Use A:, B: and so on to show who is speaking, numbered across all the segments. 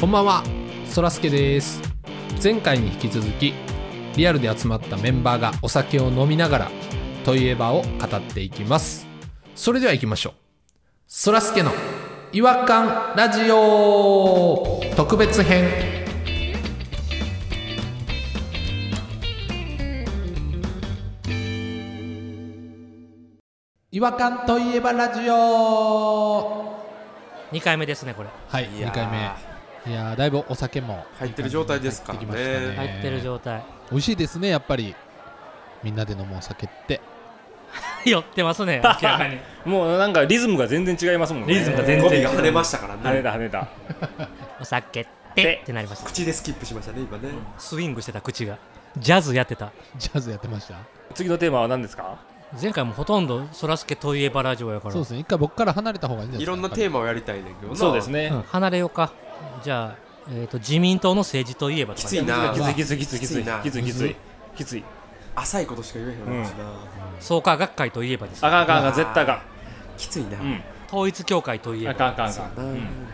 A: こんばんは、そらすけです。前回に引き続き、リアルで集まったメンバーがお酒を飲みながら、といえばを語っていきます。それでは行きましょう。そらすけの違和感ラジオ特別編。違和感といえばラジオ
B: 2回目ですねこれ
A: はい、
C: いやー
A: 2回目。いやーだいぶお酒も
C: 入ってる状態ですからね
A: 入ってきましたね
B: 入ってる状態
A: 美味しいですねやっぱりみんなで飲むお酒って
B: 酔ってます ね明らかに
D: もうなんかリズムが全然違いますもんね。
B: リズムが全然
C: 語尾が跳ねましたから
D: 跳ね
C: ね
D: た跳ねた。
B: お酒ってってなりました
C: 口でスキップしましたね今ね
B: スイングしてた口がジャズやってた
A: ジャズやってました
D: 次のテーマは何ですか？
B: 前回もほとんどそらすけといえばラジオやから
A: そうですね一回僕から離れた方がいいんじゃな
C: い
A: いです
C: ろ
A: か
C: んなテー
A: マ
C: マをやりたいねんけどな
D: そうですね
B: う。ん離れようかじゃあ、えー、と自民党の政治といえばと
C: き
B: か
C: ついな
D: きついきついきついきつい
C: きついな
D: きついきついきつい。
C: 浅いことしか言えへんようになるしな、
B: 創価学会といえばです
D: あかんあかんあかん絶対あか
C: きついな、
D: ん。うん。
B: 統一教会といえ
D: あ
B: ば
D: かんあかんあか
C: な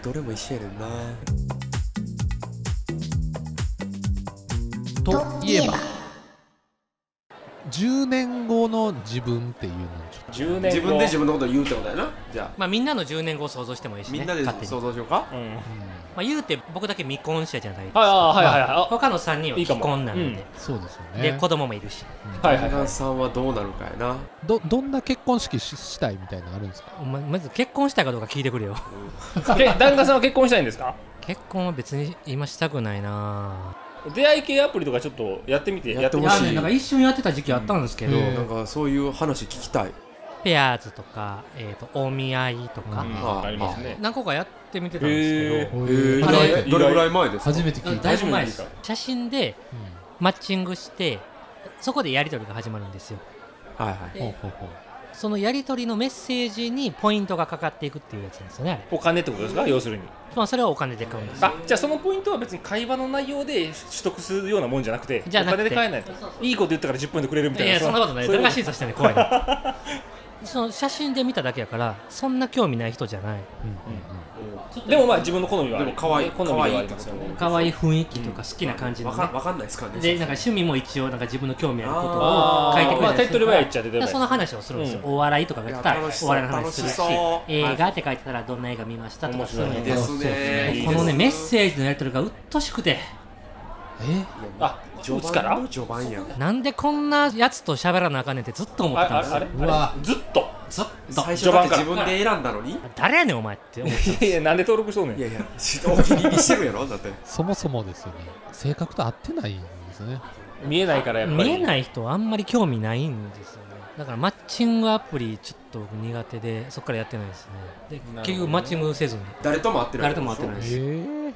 C: どれも一緒やねんな
A: といえば10年後の自分っていうのをちょっ
D: ん。10年後。
C: 自分で自分のこと言うってことやなじゃあ
B: まあみんなの10年後を想像してもいいしね
C: みんなで
B: 勝手に、
C: 想
B: ま
C: 像しようか
D: うん。はい
B: あ、言うて僕だけ未婚者じゃないです
D: あーはいはいはい
B: 他の3人は
D: いいか
B: 既
D: も
B: 婚なので、
A: とそうですよ
B: で
A: ね
B: 子供もいるし
D: あ。はいはい
C: 旦
D: は
C: 那
D: い。
C: さんはどうなるかやな
A: どどんな結婚式ししたいみたいなのあるんですか
B: お前まず結婚したいかどうか聞いてくれよ
D: え旦那さんは結婚したいんですか？
B: 結婚は別に今したくないなぁ
D: 出会い系アプリとかちょっとやってみて
C: やって
D: やって
B: い
D: ほ
C: ほ
B: や
C: しい
B: ねなんか一瞬やってた時期あったんですけど、
A: うん
C: なんかそういう話聞きたい
B: ペアーズとか、えー、とお見合いとか、
D: うん
C: あー
D: ありますね。
B: 何個かやってみてたんですけ
A: へ
B: ど
C: えー、
A: ー
B: あ
C: ど
B: れ
C: れどれぐらい前ですか
A: 初めて聞い
B: うん
A: た、
B: だいぶ前です
D: 初めて
B: 写真でマッチングしてそこでやり取りが始まるんですよ
C: はいはい
A: うんほうほうほう
B: そのやり取りのメッセージにポイントがかかっていくっていうやつなんですよねあれ、
D: お金ってことですか？要するに。
B: まあ、それはお金で買うんですよ
D: あじゃあそのポイントは別に会話の内容で取得するようなもんじゃなくて、
B: じゃ
D: お
B: なくて
D: 金で買えないと。いいこと言ったから10ポイントくれるみたい
B: い
D: な。
B: やそんなことない
D: そう
B: 誰
D: う
B: が審査してんねん怖いなその写真で見ただけやからそんな興味ない人じゃない
A: うんうん
D: でもまあ自分の好みはあ
C: で
D: る
C: も可愛い
D: 好みではあり
C: 可
D: ますよ
C: 愛い
D: ね
C: って
B: 可愛い雰囲気とか好きな感じの
C: わ
B: ね、
C: かわかんないですからね
B: でなんか趣味も一応なんか自分の興味あること
C: あ
B: を書
C: ー
B: いてくれ
D: まあ、
B: た
D: 手
B: り
D: っ
B: す
D: 取
B: る
D: り
B: か
D: 早
B: ら
D: いっちゃ手っ取り
B: その
D: 早い
B: 話をするんですよ、
D: う
B: お笑いとかが来た
C: いや
B: ら
C: 楽しそ
B: お
C: う
B: 笑いの話するし
C: 楽しそう
B: 映画って書いてたらどんな映画見ましたとか
D: 面
B: そうい
D: 白いね
B: うの
C: で
B: やっ
C: すね
B: て
C: いいです
B: このねメッセージのやり取りがうっとしくて
A: え
D: あ
C: 序
D: 打つから
C: 盤の序盤やん
B: なんでこんなやつと喋らなあかんねんってずっと思ってたんです
D: ああ
B: よ
D: れ
A: うわ
D: あれずっと
B: ずっと
C: 最初だって自分で選んだのに
B: 誰やねんお前って思って
D: いやいやなんで登録しとんねん
C: いやいや、お気に入りしてるやろだって。
A: そもそもですよね性格と合ってないんですね
D: 見えないからやっぱり
B: 見え
D: い
B: ない人はあんまり興味ないんですよねだからマッチングアプリちょっと僕苦手でそっからやってないですねで
D: ほどね
B: 結局マッチングせずに
C: 誰とも会ってな
B: 誰
C: い。
B: とも会ってない
A: え
B: ですい
A: ー、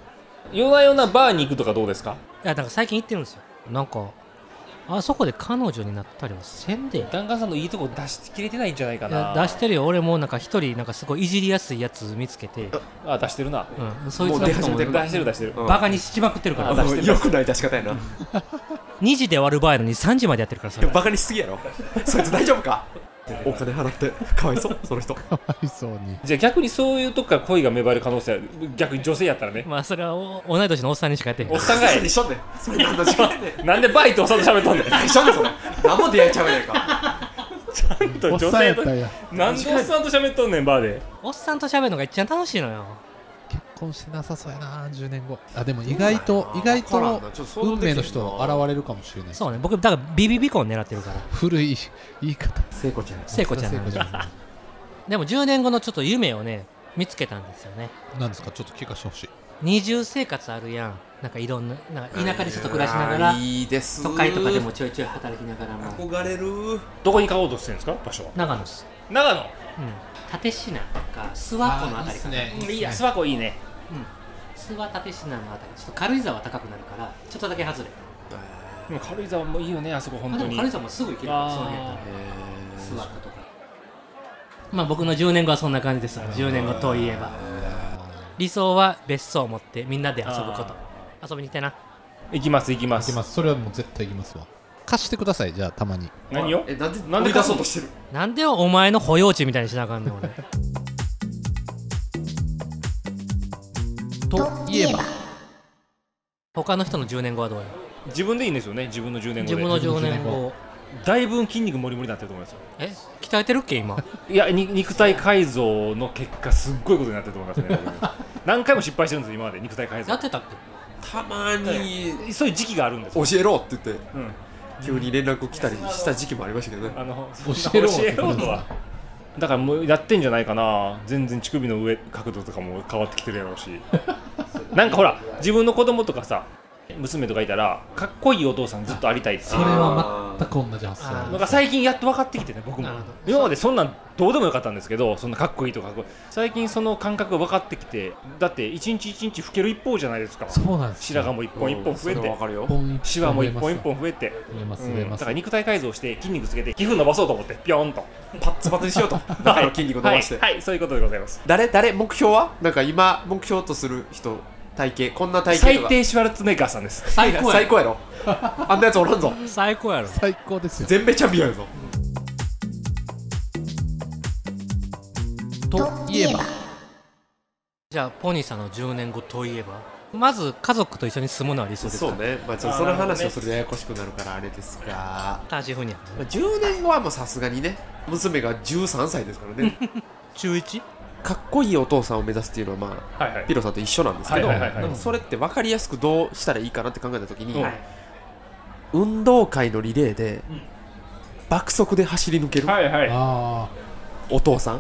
D: 夜な夜なバーに行くとかどうですか
B: やなんか最近行ってるんですよなんかあそこで彼女になったりはせんでい
D: 檀家さんのいいとこ出しきれてないんじゃないか
B: や
D: な
B: 出してるよ俺もなんか一人なんかすごいいじりやすいやつ見つけて、
D: あ出してるな
B: うん、そいつ
C: もう
B: が
C: 出
B: ちょっと
C: 始め
B: も
C: てる
D: 出
B: う
D: してる出してる
C: うん
B: バカにしまくってるから
D: あ出 してる
C: よくない出し方やな。い
B: 2時で終わる場合のに3時までやってるからそれ
C: や、バカにしすぎやろ。そいつ大丈夫かお金払って、かわいそう、その人。
A: かわいそうに
D: じゃあ逆にそういうとこから恋が芽生える可能性ある逆に女性やったらね
B: まあそれはお同い年のおっさんにしかやってへんか
D: おっ
B: ら
D: さんが
C: でしょね。それ何の時間ね。
D: なんでバイトおっさんと喋っとんねん
C: 一緒ね、それ。何も出会えちゃうやないか。
D: 女
A: おっさんや
D: 性
A: っ
D: と
A: たんや
D: なんでおっさんと喋っとんねんバーで
B: おっさんと喋るのが一番楽しいのよ
A: 結婚してなさそうやな10年後あでも意外と意外
C: わからん
A: と
C: なちょっと想像
A: 運
C: できへ
A: 命
C: ん
A: の
C: な
A: 人現れるかもしれない
B: そうね僕だからビビビコン狙って るから
A: 古い言い方
C: 聖子ちゃん。
B: 聖子ちゃんなんで
A: 聖子ちゃ
B: でも10年後のちょっと夢をね見つけたんですよね
A: んなんですかちょっと聞かしてほしい
B: 二重生活あるやんなんかいろんななんか田舎でちょっと暮らしながら
C: いいです。
B: 都会とかでも。ちょいちょい働きながらも
C: 憧れる。
D: どこに買おうとしてるんですか場所は
B: 長野っす、
D: 長野
B: うん、蓼科とか諏訪湖のあたりかな
A: あーいいっすね
D: いや諏訪湖いいね
B: 諏訪蓼科のあたりちょっと軽井沢高くなるからちょっとだけ外れ
D: でも軽井沢もいいよねあそこ本
B: あで
D: 当
B: も
D: に
B: 軽井沢もすぐ行けるからその辺やったら
C: え
B: 諏訪湖とかまあ僕の10年後はそんな感じですわ10年後といえば理想は別荘を持ってみんなで遊ぶこと遊びに行きたいな
D: 行きます行きま
A: 行き
D: す
A: ますそれはもう絶対行きますわ貸してくださいじゃあたまに
D: 何を
C: え、なんで、
D: な
C: なん
D: んで
C: で出そうとしてる
B: なんでお前の保養地みたいにしなあかんねん俺
A: といえば
B: 他の人の10年後はどうや
D: 自分でいいんですよね自分の10年後で
B: 自分の10年後
D: だいぶん筋肉もりもりになってると思いますよ
B: え鍛えてるっけ今
D: いやに肉体改造の結果すっごいことになってると思いますね何回も失敗してるんですよ今まで肉体 改
B: や
D: 造
B: ってたっけ
C: たまに
D: そういう時期があるんですよ、
C: 教えろって言って
D: うん、
C: 急に連絡来たりした時期もありましたけどね
D: あの
A: 教
D: そん
A: え
D: な
A: ろ
D: 教えろとはだからもうやってんじゃないかな全然乳首の上角度とかも変わってきてるやろうしなんかほら自分の子供とかさ娘とかいたらかっこいいお父さんずっとありたいってい
A: そうれは全く同じ発想
B: あー
D: のが最近やっと分かってきてね僕も
B: なるほど
D: 今までそんなんどうでもよかったんですけどそんなかっこいいとかかっこいい最近その感覚が分かってきてだって一日一日老ける一方じゃないですか
A: そうなんです
D: 白髪も一本一本増
C: それ
D: え
C: はわ
D: て
C: かるよ
A: 一本一
D: シワも一本一本増えて
A: 増えます
D: うん
A: 増えま
D: だ
A: す
D: から肉体改造して筋肉つけて皮膚伸ばそうと思ってピョーンと
C: パッツパツにしようと中の筋肉伸ばして、
D: はいはいはいそういうことでございます
C: 誰誰目標はなんか今目標とする人体型こんな体型と
D: 最
C: か
D: 低シュワルツェネッガーさんです
B: 最高や
C: 最
B: ろ
C: 高やろあんなやつおらんぞ
B: 最高やろ
A: 最高ですよ
C: 全米チャンピオンやぞ
A: といえば
B: じゃあポニーさんの10年後といえばまず家族と一緒に住むのは理想ですか
C: そうね、まあ、ちょっとその話をするとややこしくなるからあれですが、ま
B: 単身赴任
C: あ、10年後はもうさすがにね娘が13歳ですから ね
B: 中 1?
C: かっこいいお父さんを目指すっていうのはまあ
D: はいはい
C: ピロさんと一緒なんですけど、
D: はいはいはいはい
C: でもそれって分かりやすくどうしたらいいかなって考えた時に、
D: はい
C: 運動会のリレーで、
D: ん
C: 爆速で走り抜ける
D: はいはい
A: あ
C: お父さん、
D: う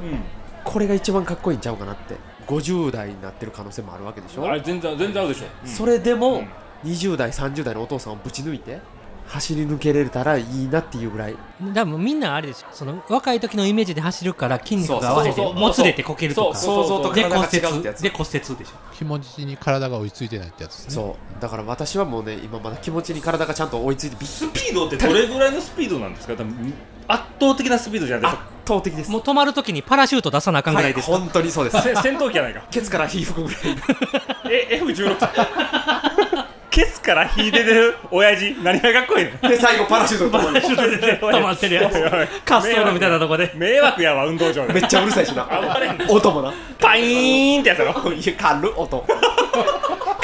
C: これが一番かっこいいんちゃうかなって50代になってる可能性もあるわけでしょ、
D: ん、あれ全然全然合うでしょ、
C: それでも、
D: うん
C: 20代30代のお父さんをぶち抜いて走り抜けれたらいいなっていうぐらい
B: でもみんなあれでしょその若い時のイメージで走るから筋肉が合わへん
D: そうそ
B: で
D: うそう
B: もつれてこけるとか
D: そうそうそう
B: で
C: 想
B: 骨
C: 像と体が違う
B: 折
C: ってやつ
B: で骨折でしょ
A: あ気持ちに体が追いついてないってやつですね
C: そうだから私はもうね今まだ気持ちに体がちゃんと追いついてび圧
D: スピードってどれぐらいのスピードなんですか多分圧倒的なスピードじゃないですか
C: 倒的です
B: もう止まる時にパラシュート出さなあかんぐらいですか、
C: はい、本当にそうです
D: せ戦闘機やないか
C: ケツから火吹くぐらい
D: え F16 ケツから火出てる親父何がかっこいいの
C: で最後パラシュートのところに
B: 止まってるやつ滑走路みたいなとこで
D: 迷惑やわ運動場
C: め
D: で
C: っちゃうるさいしな音もな
D: パイーンってやつやろ
C: いや軽っ音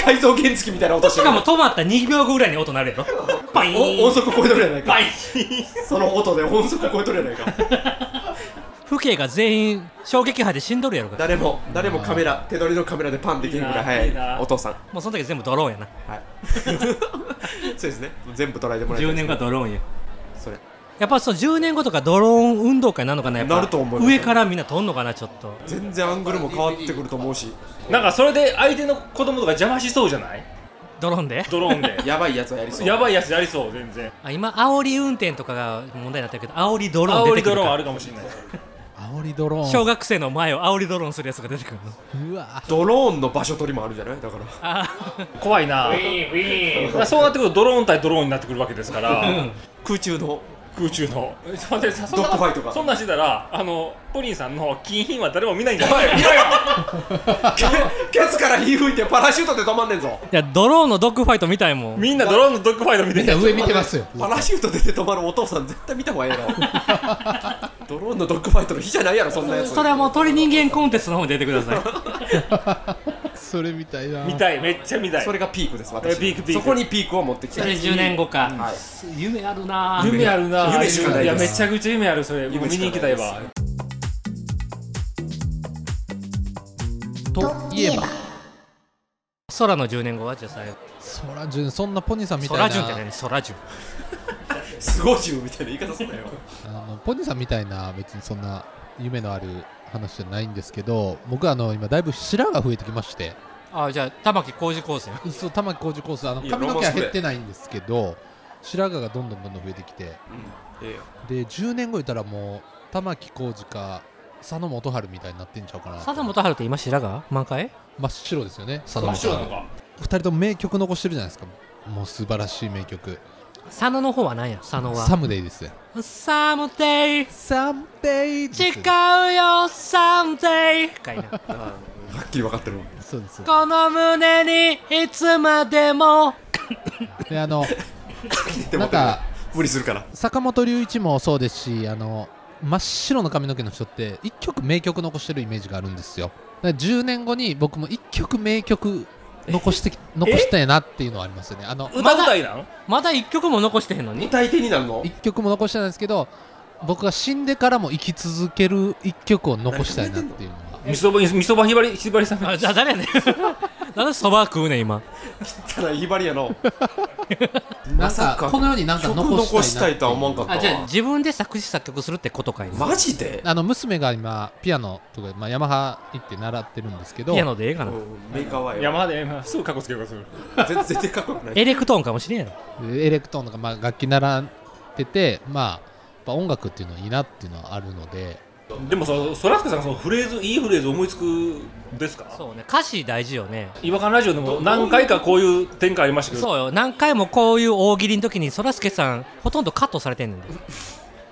C: 改造原付みたいな音し
B: し
C: てる
B: かも止まった2秒後ぐらいに音鳴るやろパイ
C: お
B: ー
C: 音
B: ン
C: 速超えとるやないか
D: パイーン
C: その音で音速超えとるやないか
B: 父兄が全員衝撃波で死んどるやろが
C: 誰も誰もカメラ手取りのカメラでパンできるぐらい
D: いいない
C: 早
D: い
C: い
D: な
C: お父さん
B: もうその時全部ドローンやな
C: は いそうですね全部捉えてもらいたい
B: 10年後はドローンや
C: それ
B: やっぱその10年後とかドローン運動会なのかなやっぱ
C: なると思います
B: 上からみんな撮んのかなちょっと
C: 全然アングルも変わってくると思う し
D: なんかそれで相手の子供とか邪魔しそうじゃない
B: ドローンで
D: ドローンで
C: やばいやつはやりそう
D: やばいやつやりそう全然
B: あ今煽り運転とかが問題になってるけど煽りドローン
D: 煽
B: 出て
D: り
B: く
D: ド
B: る
D: ローンあ
B: か
D: るかもしれない
A: 煽りドロ
B: 小
A: ー
B: 学生の前を煽りドローンするやつが出てくるの
A: ンうわ
C: ドローンの場所取りもあるじゃないだから
B: あ
D: 怖いなそうなってくるとドローン対ドローンになってくるわけですから
C: 空中の
D: 空中のそんなそん
C: ドッ
D: な
C: グファイトか
D: そんなんしてたらあのポリンさんの金品は誰も見ないんじゃない
C: ケ ケツから火吹いてパラシュートで止まんねんぞ
B: いやドローンのドッグファイト見たいもん
D: みんなドローンのドッグファイト見て
A: みんな上見てますよ
C: パラシュートで止まるお父さん絶対見た方がええやろ ドローンのドッグファイトの火じゃないやろそんなやつ
B: それはもう鳥人間コンテストの方に出てください
A: それみたいな
D: 見たいめっちゃ見たい
C: それがピークです私
D: えピークピーク
C: そこにピークを持ってき
B: そ
C: た
B: れ
C: い
B: 10年後か、
C: はい
B: 夢あるなぁ
D: 夢あるな
C: 夢しかないです
D: やめちゃくちゃ夢あるそれ僕
C: 夢し
D: 見
C: か
D: に
C: ないで
D: 行き
C: す
D: たいわ
A: といえば
B: 空の10年後はじゃあ最後
A: そらじゅんそんなポニーさんみたいな
B: 空順って何空順
C: すごい自分みたいな言い方すんなよ
A: あのポニーさんみたいな別にそんな夢のある話じゃないんですけど僕はあの今だいぶ白が増えてきまして
B: ああじゃあ玉置浩二高専
A: そう玉置浩二コースあの
C: いや
A: 髪の
C: ロ
A: 毛
C: マンス
A: は
C: プレー
A: 減ってないんですけど白髪がどんどんどんどん増えてきて
C: ええよ
A: で10年後いたらもう玉置浩二か佐野元春みたいになってんちゃうかな
B: 佐藤元春って今白髪満開
A: 真っ白ですよね佐
D: 真
A: 野
D: っ
A: 元
D: 白なの
A: 春
D: か
A: 2人とも名曲残してるじゃないですかもう素晴らしい名曲
B: 佐野の方は何や佐野
A: 「
B: は
A: サムデイ」ですよ
B: サムデイ
A: 「サムデイ」
B: 違うよサムデイかいな
C: はっきり分かってるわ
A: そうです
B: この胸にいつまでも
A: であの
C: でも
A: なんか
C: 無理するから
A: 坂本龍一もそうですしあの真っ白の髪の毛の人って1曲名曲残してるイメージがあるんですよだから10年後に僕も1曲名曲残してき残したんやなっていうのはありますよねあの
D: 歌舞いなん
B: まだ一曲も残してへんのに
C: 歌い手になるの
A: 一曲も残してないんですけど僕が死んでからも生き続ける一曲を残したいなっていうのは
D: みそばみそばひばりひばりさ ん
B: あじゃあ誰やねん なんでそば食うねん今
C: ただ威張りやの
A: なん
C: さ
A: か
C: か
A: このようになんか
C: 曲
A: 残
C: 残
A: し
C: したた
A: い
C: い
A: な
C: とは思わんかった
B: あ
C: わ
B: じゃあ自分で作詞作曲するってことかいな
C: マジで
A: あの娘が今ピアノとか、まあ、ヤマハ行って習ってるんですけど
B: ピアノでええかな
C: うんメーカーはよ
D: 山で今すぐかっこつけようとする
C: 全全然かっこよくない
B: エレクトーンかもしれんやろ
A: エレクトーンとか、まあ、楽器習っててまあやっぱ音楽っていうのはいいなっていうのはあるので
D: でもそそらすけさんがそのフレーズいいフレーズ思いつくですか
B: そうね歌詞大事よね
D: 違和感ラジオでも何回かこういう展開ありましたけど
B: そうよ何回もこういう大喜利の時にそらすけさんほとんどカットされてんねんで
A: だか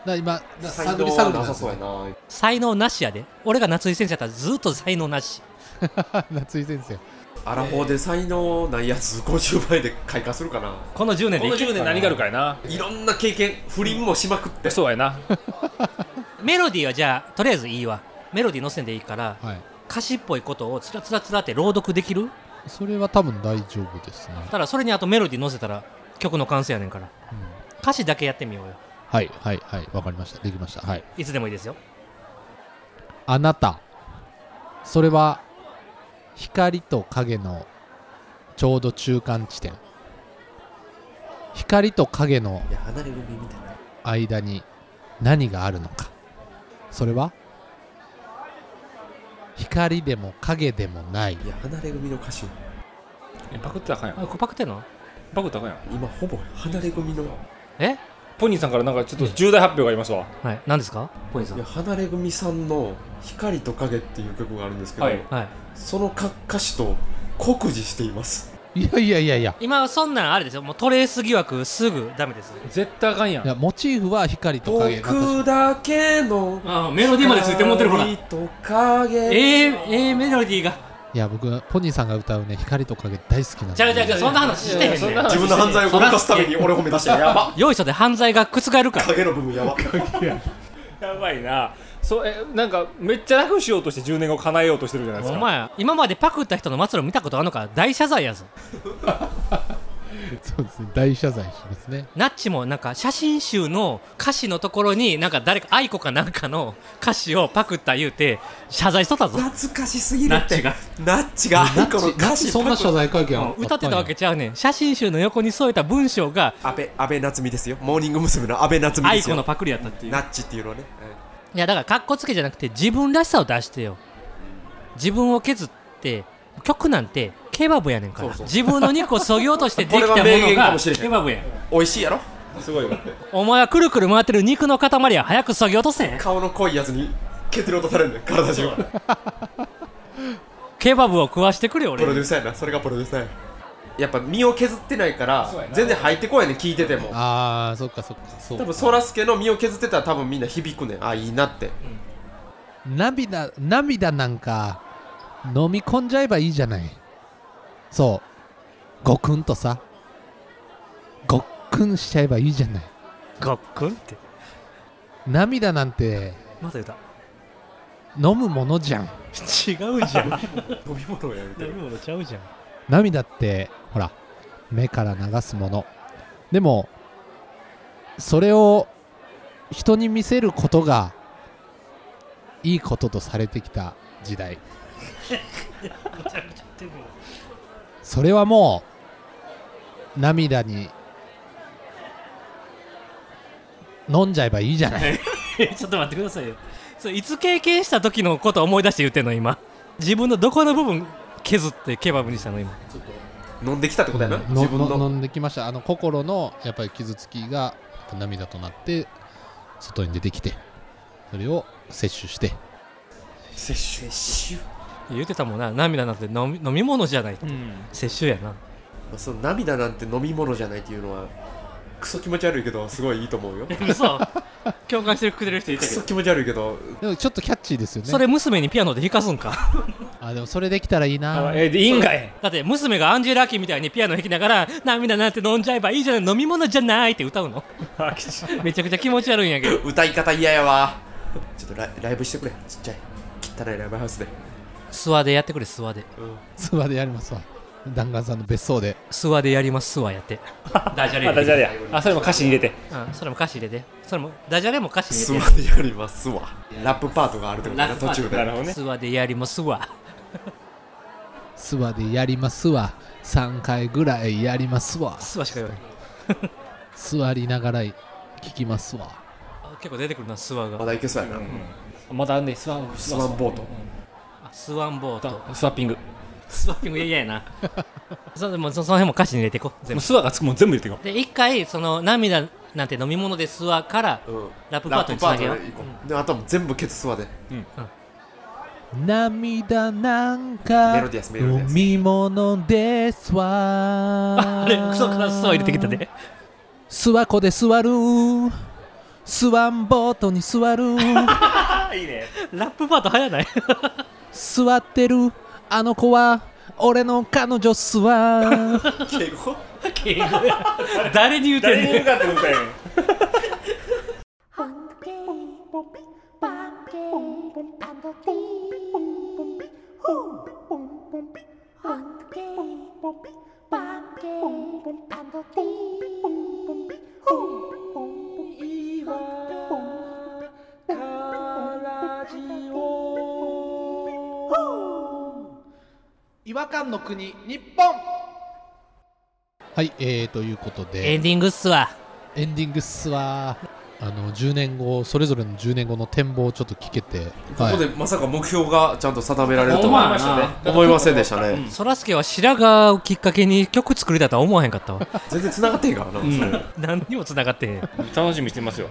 A: ら今だ
C: 才
A: 探り
C: 能は
A: 探りなん
C: な
A: で
C: さ
A: す
C: そう
A: よ
C: や
A: ね
C: な
B: 才能なしやで俺が夏井先生やったらずっと才能なし
A: 夏井先生
C: アラフォーで才能ないやつ50倍で開花するかな
B: この10年
D: こ
B: で
D: の
B: いけ
D: 10
B: る
D: 年
B: かな
D: 何があるかやない
C: ろんな経験不倫もしまくって
D: そうやな
B: メロディーはじゃあとりあえずいいわメロディーのせんでいいから
A: はい
B: 歌詞っぽいことをつらつらつらって朗読できる
A: それは多分大丈夫ですね、
B: ただそれにあとメロディー乗せたら曲の完成やねんから
A: うん
B: 歌詞だけやってみようよ
A: はいはいはいわかりましたできましたはい
B: いつでもいいですよ
A: あなたそれは光と影のちょうど中間地点光と影の
C: いや離れ組みたいな
A: 間に何があるのかそれは光でも影でもない
C: いや離れ組の歌手
D: えパクってあかんやん
B: あこれパクってんの
D: パクってあかんやん
C: 今ほぼ離れ組のい
B: え
D: ポニーさんからなんかちょっと重大発表がありますわ
B: はい何ですかポインさん
C: や離れ組さんの「光と影」っていう曲があるんですけど、
D: はい
B: はい
C: その歌歌詞と酷似しています
A: いやいやいやいや
B: 今はそんなんあれですよもうトレース疑惑すぐダメです
D: 絶対あかんや
A: い
D: ん
A: やモチーフは光と影なんか
C: 僕だけの
B: あメロディーまでついて持ってるほら
C: 光と影
B: ええええメロディーが
A: いや僕ポニーさんが歌うね光と影大好きなん
B: じゃ
A: で
B: あじゃあじゃあそんな話してへんね
D: いやいや
B: ん
C: 自分の犯罪をごまかすために俺褒め出してやば
B: よいしょで犯罪が覆るから
C: 影の部分やば
D: やばいなそうえなんかめっちゃ楽しようとして10年後叶えようとしてるじゃないです
B: お
D: か
B: 前今までパクった人の末路見たことあるのか大謝罪やぞ
A: そうですね大謝罪しますね
B: ナッチもなんか写真集の歌詞のところになんか誰か愛子かなんかの歌詞をパクった言うて謝罪しとったぞ
C: 懐かしすぎる
B: ナ
C: っ
B: ッチ
C: て
B: が
C: ナッチが
A: ナ
C: この
A: ッチナッ
C: 歌
A: チ
C: 詞
A: そんな謝罪会見あ
B: もう 歌ってたわけ
A: あ
B: ちゃうねん写真集の横に添えた文章が
C: 安倍安倍夏実ですよモーニング娘。の安倍夏実で
B: 愛
C: す
B: 子の
C: よ
B: パクリやったっていう
C: ナッチっていうのはね
B: いやだからかっこつけじゃなくて自分らしさを出してよ自分を削って曲なんてケバブやねんから
C: そうそう
B: 自分の肉をそぎ落としてできたも
C: これは名
B: の
C: 言か
B: が
C: もしれへん
B: ケバブや
C: 美味しいやろ
D: すごいわ
B: お前はくるくる回ってる肉の塊は早くそぎ落とせ
C: 顔の濃いやつに削り落とされるんだよ体中
B: ケバブを食わしてくれよ
C: プロデ
B: 俺
C: ューサーやなそれがプロデューサーややっぱ身を削ってないから全然入ってこないね聞いてても
A: あーそっかそっかそう
C: 多分そらすけの身を削ってたら多分みんな響くねんあいいなって
A: 涙涙なんか飲み込んじゃえばいいじゃないそうごくんとさごっくんしちゃえばいいじゃない
B: ごっくんって
A: 涙なんて
B: また言うた
A: 飲むものじゃん
B: 違うじゃ ん
C: 飲み物やるけど
B: 今のちゃうじゃん
A: 涙ってほら目から流すものでもそれを人に見せることがいいこととされてきた時代それはもう涙に飲んじゃえばいいじゃない
B: ちょっと待ってくださいよ それいつ経験した時のことを思い出して言ってんの今自分のどこの部分削ってケバブにしたの今
C: 飲んできたってことやな
A: の
C: 自分
A: の
C: の
A: 飲んできましたあの心のやっぱり傷つきが涙となって外に出てきてそれを摂取して
C: 摂取摂取
B: 言ってたもんな涙なんて飲み飲み物じゃない摂取やな
C: まあその涙なんて飲み物じゃないっていうのはクソ気持ち悪いけどすごいいいと思 うよ
B: 嘘共感してくれる人い
C: クソ気持ち悪いけど
A: でもちょっとキャッチーですよね
B: それ娘にピアノで弾かすんか
A: あでもそれできたらいいな
D: あえでいいんかい
B: だって娘がアンジェラーキーみたいにピアノ弾きながら涙なんて飲んじゃえばいいじゃない飲み物じゃないって歌う の
D: あきち
B: めちゃくちゃ気持ち悪いんやけ ど
C: 歌い方嫌やわちょっとライライブしてくれちっちゃい汚いライブハウスで
B: 諏訪でやってくれ諏訪で
A: ツアーでやりますわ弾丸さんの別荘で
B: 諏訪でやります諏訪やって ダジャレ
D: あダジャレやあそれも歌詞に入れて
B: うん、それも歌詞入れてそれもダジャレも歌詞
C: す
B: 入れ
C: わ
B: て
C: でやりますわラップパートがあるってことだな
B: ラップパ
C: 途
B: ート
C: 中
D: なる
C: で
D: ほどね
B: 諏訪でやりますわ
A: 「諏訪でやりますわ」3回ぐらいやりますわ
B: 諏訪しか言わない
A: 座りながら聞きますわ
B: あ結構出てくるな諏訪
C: ま
B: が
C: だいけそうやな
D: まだねスワン
C: スワンボート
B: あスワンボート
D: スワッピングも
B: スワッピング嫌や なそでもそその辺も歌詞に入れていこう全
D: う
B: 部
D: スワがつくもん全部入れていこ
B: で一回その涙なんて飲み物で諏訪から
C: うん
B: ラップパー
C: ラッ
B: トに
C: プ
B: つ
C: パ
B: な
C: ート
B: げよう
C: でいこうであとはもう全部ケツスワで
A: 涙なん
C: メ
A: か
C: ロディアスメロディ
A: 飲
C: アス
A: み物ですわ
B: ああれクソから諏訪入れてきたで
A: 諏訪湖で座るスワンボートに座 る
B: ラップパート早 ない
A: 座ってるあの子は俺の彼女っすわ
C: 敬語
B: 誰に言う
D: う
B: てんねん
D: 誰に向かって歌えん
E: Hunky,
A: 違和感の国日本はいえー、ということ
B: エ
A: で
B: ンディングっすわ
A: エンディングっすわあの10年後それぞれの10年後の展望をちょっと聞けて
C: こ
A: は
C: こ
A: い
C: でまさか目標がちゃんと定められると
D: 思い
C: は
D: ましたね
C: 思いませんでしたね
B: そらすけは白髪をきっかけに曲作りだとは思わへんかった わ
C: 全然繋がってへんからな
B: 何にも繋がってへん
D: 楽しみにしてますよ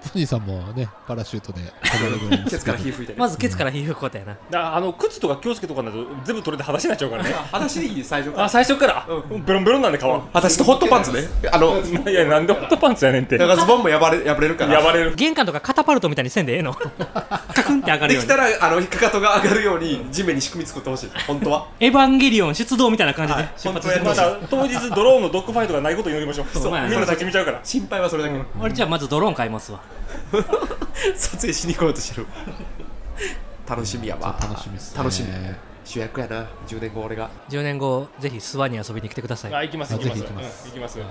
A: ソニーさんもねパラシュー トで離れるんで
C: ケ
A: す
C: ツ
A: け
C: か
A: ど
C: ら火吹いてね
B: まずケツから皮膚こうやな
D: だからあの靴とか気をつけとかないと全部取れて裸足になっちゃうからね
C: 裸足でいい最初か
D: あ
C: ら
D: 最初から、うん、ベロンベロンなんで皮、
C: 裸足とホットパンツねあの
D: いやなんでホットパンツやねんって
C: だか
D: や
C: らズボンも破れ破れるから
D: ばれる
B: 玄関とかカタパルトみたいにせんでええの カクンって上がる
C: で
B: よう
C: き
B: に
C: たらあのかかとが上がるように地面に仕組み作ってほ しい本当は
B: エヴァンゲリオン出動みたいな感じで出
C: 本
B: 発
C: 当
B: し
C: は
B: てほしい
C: やり
D: また当日ドローンのドッグファイトがないことを祈りましょう
B: そう
D: みんな先見ちゃうから
C: 心配はそれだけ、
B: 俺じゃあまずドローン買いますわ
C: 撮影しに行こうとしてる楽しみやわ
A: 楽しみっすね
C: 楽しみ主役やな10年後俺が
B: 10年後ぜひ諏訪に遊びに来てください
D: あ行きます行きます
A: あぜひ行きます
D: うん行きます、うん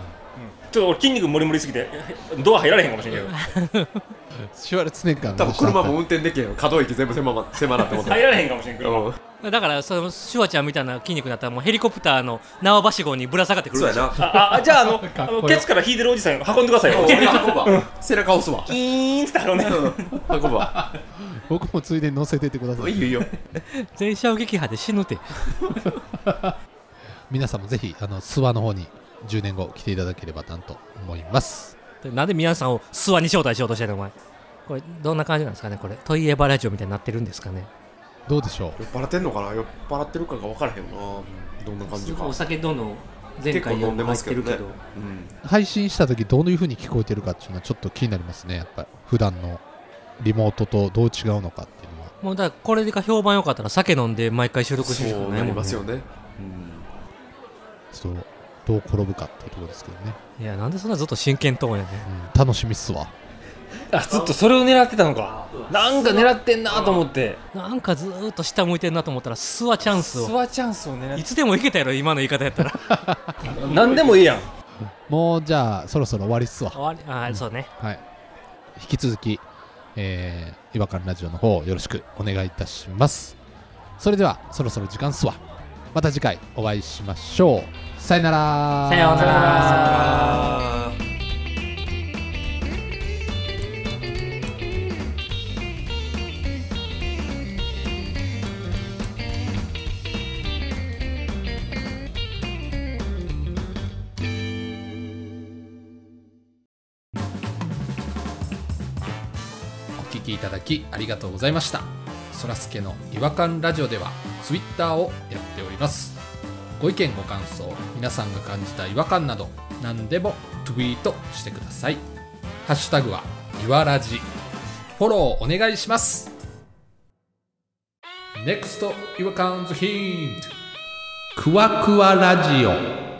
D: ちょっと俺筋肉もりもりすぎてドア入られへんかもしれんけど
A: シュワルツェネッガー
C: 多
A: が
C: 分車も運転できへんよ可動域全部狭ま狭なってこと
D: 入られへんかもしれんけど
C: うん
B: だからそのシュワちゃんみたいな筋肉になったらもうヘリコプターの縄ばしごにぶら下がってくる
C: そう
B: で
C: や
B: しょ
C: な
D: ああじゃああのあのケツ から引いてるおじさん運んでくださいよ
C: 俺が運ば、背中押すわ
D: キーンって運んで
C: 運ぶわ
A: 僕もついでに乗せてってくださ
C: いい
A: い
C: よいいよ
B: 全衝撃波で死ぬて
A: 皆さんもぜひあの諏訪の方に10年後来ていただければなんと思います
B: でなんで皆さんを諏訪に招待しようとしてんのお前これどんな感じなんですかねこれ問いエヴァラジオみたいになってるんですかね
A: どうでしょう
C: 酔っ払ってんのかな酔っ払ってるかが分からへんなどんな感じか
B: お酒どんどん前
C: 結構
B: 回
C: 飲
B: よ
C: ん
B: り
C: で
B: 入
C: ま
B: っ
C: す
B: て
C: けど
B: るけ
C: ね
B: ど
C: うん
A: 配信した時どういう風に聞こえてるかっていうのはちょっと気になりますねやっぱり普段のリモートとどう違うのかっていうのは
B: もうだからこれが評判良かったら酒飲んで毎回収録してるしか
C: そう
B: な
C: ないり
B: もんね
C: ますよね
A: ちょっとどう転ぶかっていうところですけどね、
B: いやなんでそんなずっと真剣トーンやね
A: うん、楽しみっすわ
D: あずっとそれを狙ってたのかなんか狙ってんなと思って
B: なんかずーっと下向いてんなと思ったら諏訪チャンスを
D: ワチャンスを狙
B: いつでもいけたやろ今の言い方やったら
D: 何でもいいやん
A: もうじゃあそろそろ終わりっすわ
B: 終わりあーそうね
A: はい引き続き、えー、違和感ラジオの方よろしくお願いいたしますそれではそろそろ時間っすわまた次回お会いしましょうさよなら
B: さようなら
F: お聞きいただきありがとうございましたそらすけの違和感ラジオではツイッターをやっておりますご意見ご感想皆さんが感じた違和感など何でもツイートしてくださいハッシュタグはいわらじフォローお願いします NEXT 違和感ズヒントクワクワラジオ